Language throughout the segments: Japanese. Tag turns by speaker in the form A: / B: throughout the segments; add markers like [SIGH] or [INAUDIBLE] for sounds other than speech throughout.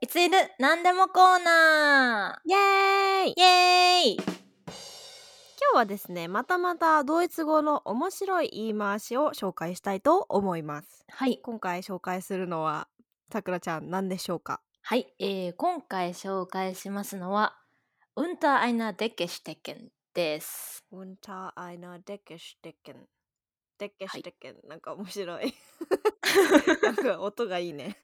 A: いついる何でもコーナ
B: イエーイ
A: ーイエーイ
B: 今日はですねまたまたドイツ語の面白い言い回しを紹介したいと思います
A: はい。
B: 今回紹介するのはさくらちゃん何でしょうか
A: はい、えー、今回紹介しますのは、ウンターアイナデケシテケンです。
B: Unter einer Decke stecken Decke stecken、なんか面白 [LAUGHS] いなんか音がいいね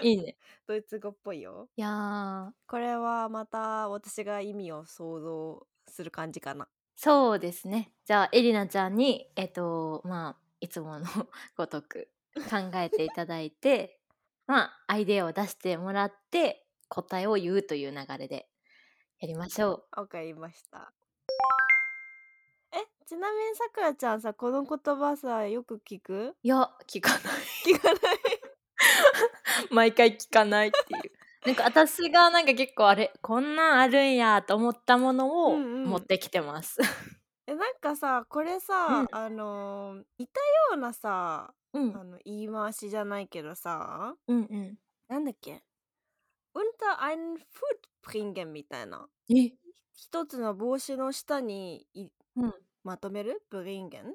A: いいね。
B: ドイツ語っぽいよ
A: いやー、
B: これはまた私が意味を想像する感じかな
A: そうですね。じゃあ、エリナちゃんに、えっと、まあ、いつものごとく考えていただいて、 [LAUGHS] まあ、アイデアを出してもらって、答えを言うという流れでやりましょう。
B: わかりました。え、ちなみにさくらちゃんさ、この言葉さ、よく聞く
A: いや、聞かない。
B: 聞かない。 [LAUGHS]
A: 毎回聞かないっていう。 [LAUGHS] なんか私がなんか結構あれこんなんあるんやと思ったものを
B: うんうん
A: 持ってきてます。
B: え、なんかさ、これ
A: う
B: さ
A: ん、
B: あのー、似たようなさ、
A: [LAUGHS] うん、
B: あの、言い回しじゃないけどさ、
A: うんうん
B: なんだっけ unter einen Foot bringen みたいな。
A: え
B: 一つの帽子の下にい
A: うん
B: まとめる bringen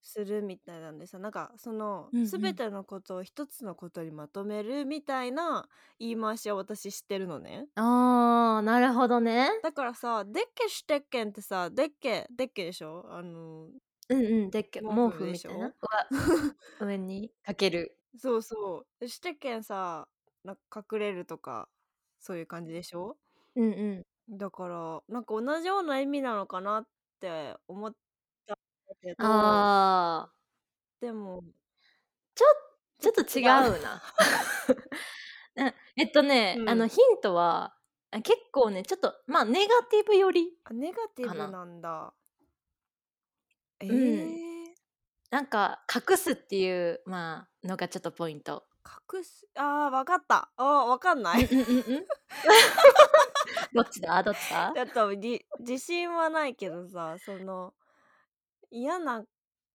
B: するみたいなんでさなんかその
A: うんうん
B: 全てのことを一つのことにまとめるみたいな言い回しを私知ってるのね
A: あーなるほどね。
B: だからさ「でっけシュテッケン」ってさ「でっけ」「でっけ」でしょあの
A: うんうんでっけ毛
B: 毛
A: 布
B: 布
A: み
B: でしたょ
A: いなわ上にかける。
B: そうそうでシュテッケンさなんか隠れるとかそういう感じでしょ
A: うんうん。
B: だからなんか同じような意味なのかなって思ったんだけど
A: あー
B: でも
A: ちょっと違うな。 [LAUGHS] うんえっとね、
B: うん
A: あのヒントはあ結構ねちょっとまあネガティブより
B: あネガティ
A: かな
B: ブなんだ。え
A: ん
B: ー
A: なんか隠すっていうまあのがちょっとポイント。
B: 隠すあーわかったあーわかん
A: [LAUGHS]
B: ない
A: うんうんうんうんどっちだどっちだ
B: ちょっとじ自信はないけどさその嫌な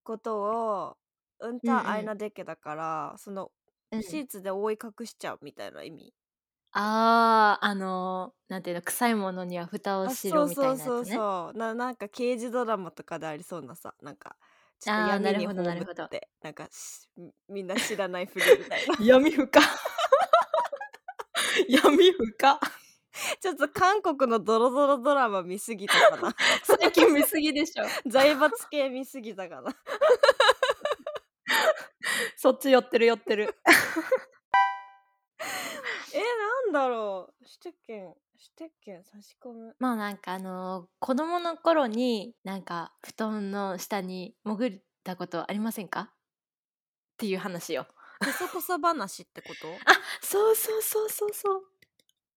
B: ことをうん
A: うんう
B: た
A: ん
B: あいなでけだから、その
A: うん
B: シーツで覆い隠しちゃうみたいな意味、
A: あああのーなんていうの臭いものには蓋を
B: あ
A: し
B: そ
A: ろ
B: う
A: みたいな
B: そ
A: や
B: う
A: つね。
B: そうそうななんか刑事ドラマとかでありそうなさなんかちょっと
A: あーな
B: 闇
A: る
B: に
A: ほどなる
B: 葬
A: ほど
B: ってなんかしみんな知らないふりみたいな [LAUGHS]
A: 闇 [LAUGHS] 深闇深
B: ちょっと韓国のドロドロドラマ見すぎたか
A: [LAUGHS]
B: な
A: 最近見すぎでしょ
B: 財閥系見すぎたかな
A: [LAUGHS] そっち寄ってる寄ってる
B: えなんだろうしてけんしてけん差し込む
A: まあなんかあのー子供の頃になんか布団の下に潜ったことありませんかっていう話よ
B: こそこそ話ってこと
A: あそうそうそうそうそう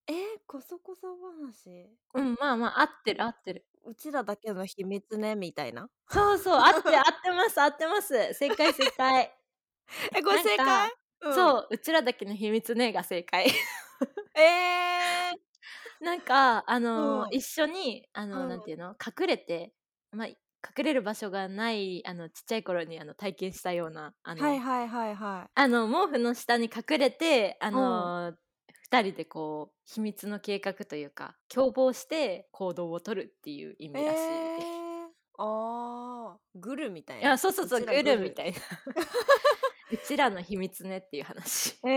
B: えー、こそこそ話
A: うんまあまあ合ってる合ってる
B: うちらだけの秘密ねみたいな
A: そうそう合
B: [LAUGHS]
A: って合ってます合ってます正解正解
B: えこれ正
A: なん
B: 解
A: か、
B: [LAUGHS] うん
A: そううちらだけの秘密ねが正解 [LAUGHS]
B: え
A: なんかあのー、
B: うん
A: 一緒にあのー、
B: うん
A: なんていうの隠れてまあ隠れる場所がないあのちっちゃい頃にあの体験したようなあ
B: ー、
A: の、
B: はいはいはいは
A: あの毛布の下に隠れてあのー、二人でこう秘密の計画というか共謀して行動を取るっていう意
B: い
A: 味らしい、
B: えー、あーグルみたい
A: い
B: な
A: やそうそうそう
B: ち
A: グ
B: ら
A: ルみたいな [LAUGHS] うちらの秘密ねっていう話
B: え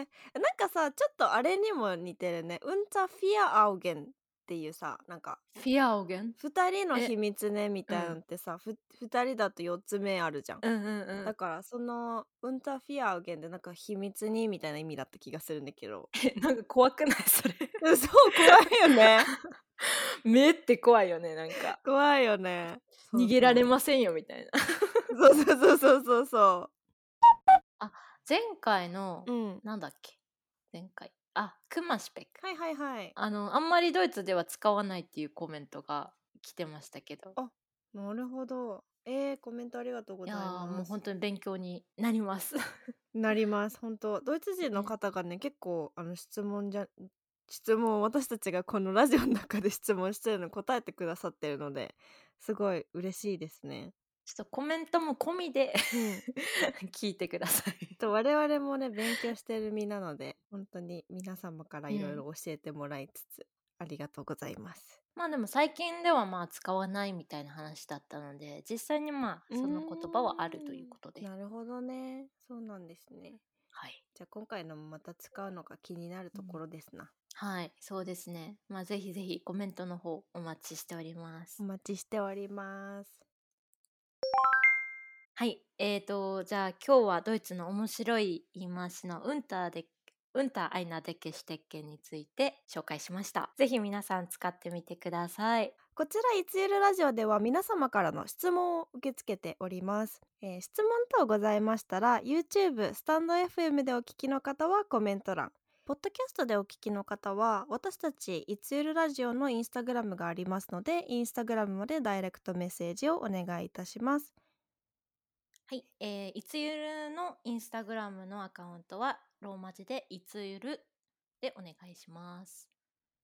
B: ー、なんかさちょっとあれにも似てるね「うんたフィアアウゲン」っていうさなんか
A: フィアオゲン
B: 2人の
A: え
B: 秘密ねみたいなのってさ、ふ2人だと4つ目あるじゃん、
A: うんうんう
B: だ
A: ん
B: からその「ウンターフィアーゲン」でなんか秘密にみたいな意味だった気がするんだ
A: [LAUGHS]
B: けど
A: えなんか怖くないそれ
B: 嘘怖いよね
A: [LAUGHS] 目って怖いよねなんか
B: 怖いよね
A: 逃げられ
B: す
A: ませんよみたいな
B: そうそうそうそうそうそ
A: 前回の
B: ううん
A: なんだっけ前回あクマシペック
B: はいはいはい
A: あのあんまりドイツでは使わないっていうコメントが来てましたけど
B: なるほどえー、コメントありがとうご
A: い
B: ざい
A: やー
B: ます
A: もう本当に勉強になります [LAUGHS]
B: なります本当ドイツ人の
A: ね
B: 方がね結構あの質問じゃ質問を私たちがこのラジオの中で質問してるのに答えてくださってるのですごい嬉しいですね
A: ちょっとコメントも込みで
B: う
A: [LAUGHS]
B: ん
A: 聞いてください。
B: と我々もね勉強してる身なので本当に皆様からいろいろ教えてもらいつつ、ありがとうございます。
A: まあでも最近ではまあ使わないみたいな話だったので実際にまあその言葉はあるということで、
B: んなるほどねそうなんですね。
A: はい、
B: じゃあ今回のもまた使うのが気になるところですな。
A: はい、そうですねまあぜひぜひコメントの方お待ちしております
B: お待ちしております。
A: はいえーとじゃあ今日はドイツの面白い言い回しのウンターでウンターアイナデケシュテッケンについて紹介しましたぜひ皆さん使ってみてください
B: こちらいつゆるラジオでは皆様からの質問を受け付けております、えー質問等ございましたら YouTube スタンド FM でお聞きの方はコメント欄ポッドキャストでお聞きの方は私たちいつゆるラジオのインスタグラムがありますのでインスタグラムまでダイレクトメッセージをお願いいたします
A: はい、えー、いつゆるのインスタグラムのアカウントはローマ字でいつゆるでお願いします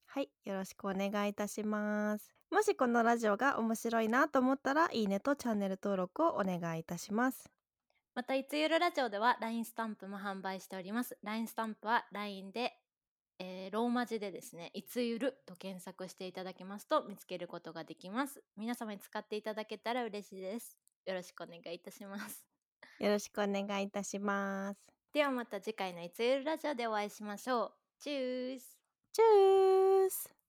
B: はい、よろしくお願いいたします。もしこのラジオが面白いなと思ったら、いいねとチャンネル登録をお願いいたします。
A: また、いつゆるラジオでは LINE スタンプも販売しております。LINE スタンプは LINE で、えーローマ字でですね、いつゆると検索していただけますと見つけることができます。皆様に使っていただけたら嬉しいです。よろしくお願いいたします。
B: よろしくお願いいたします。
A: ではまた次回のいつゆるラジオでお会いしましょう。チュース
B: チュース